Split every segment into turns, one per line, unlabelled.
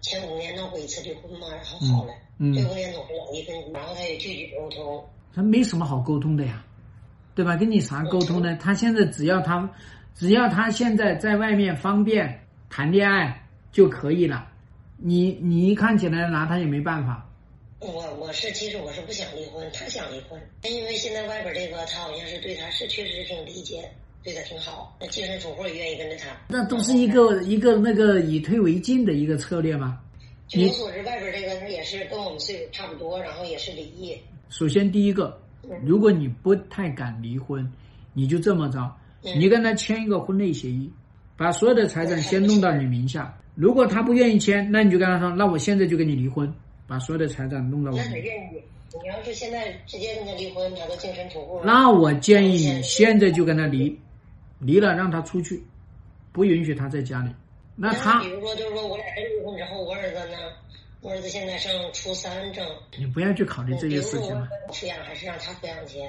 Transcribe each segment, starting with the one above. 前五年闹过一次离婚嘛，然后好了，
嗯嗯
这五年闹不了离婚，然后他也拒绝沟通，
他没什么好沟通的呀，对吧？跟你啥沟通呢？他现在只要他，只要他现在在外面方便谈恋爱就可以了。你你一看起来拿他也没办法。
我我是其实我是不想离婚，他想离婚，因为现在外边这个他好像是对他是确实是挺理解，对他挺好，那净身出户也愿意跟着他。
那都是一个一个那个以退为进的一个策略嘛。
据
你
我所知，外边这个他也是跟我们岁数差不多，然后也是离异。
首先第一个
嗯，
如果你不太敢离婚，你就这么着，
嗯
你跟他签一个婚内协议，把所有的财产先弄到你名下。如果他不愿意签，那你就跟他说，那我现在就跟你离婚，把所有的财产弄到我
那
名
他
下。
愿意。你要是现在直接跟他离婚，他都净身出户了。
那我建议你现在就跟他离，离了让他出去，不允许他在家里。那他
比，如说，就是说我俩真离婚之后，我儿子呢，我儿子现在上初三正，
你不要去考虑这
比
些
如
事
说
情
我
了，
抚养还是让他抚养权？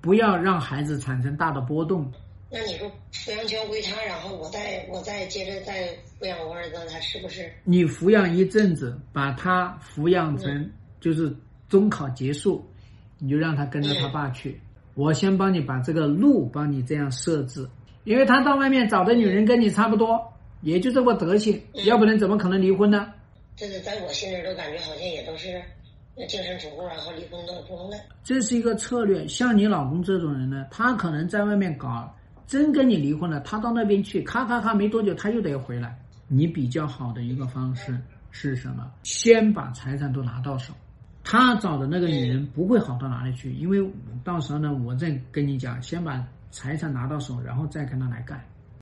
不要让孩子产生大的波动。
那你说抚养权归他，然后我再我再接着再抚养我儿子，他是不是？
你抚养一阵子，把他抚养成就是中考结束，你就让他跟着他爸去。我先帮你把这个路帮你这样设置，因为他到外面找的女人跟你差不多，也就这个德行，
嗯
要不然怎么可能离婚呢？
这是在我心里都感觉好像也都是呃净身出户，然后离婚闹钟了。
这是一个策略。像你老公这种人呢，他可能在外面搞，真跟你离婚了，他到那边去，咔咔咔，没多久他又得回来。你比较好的一个方式是什么？先把财产都拿到手。他找的那个女人不会好到哪里去，因为我到时候呢，我再跟你讲，先把财产拿到手，然后再跟他来干。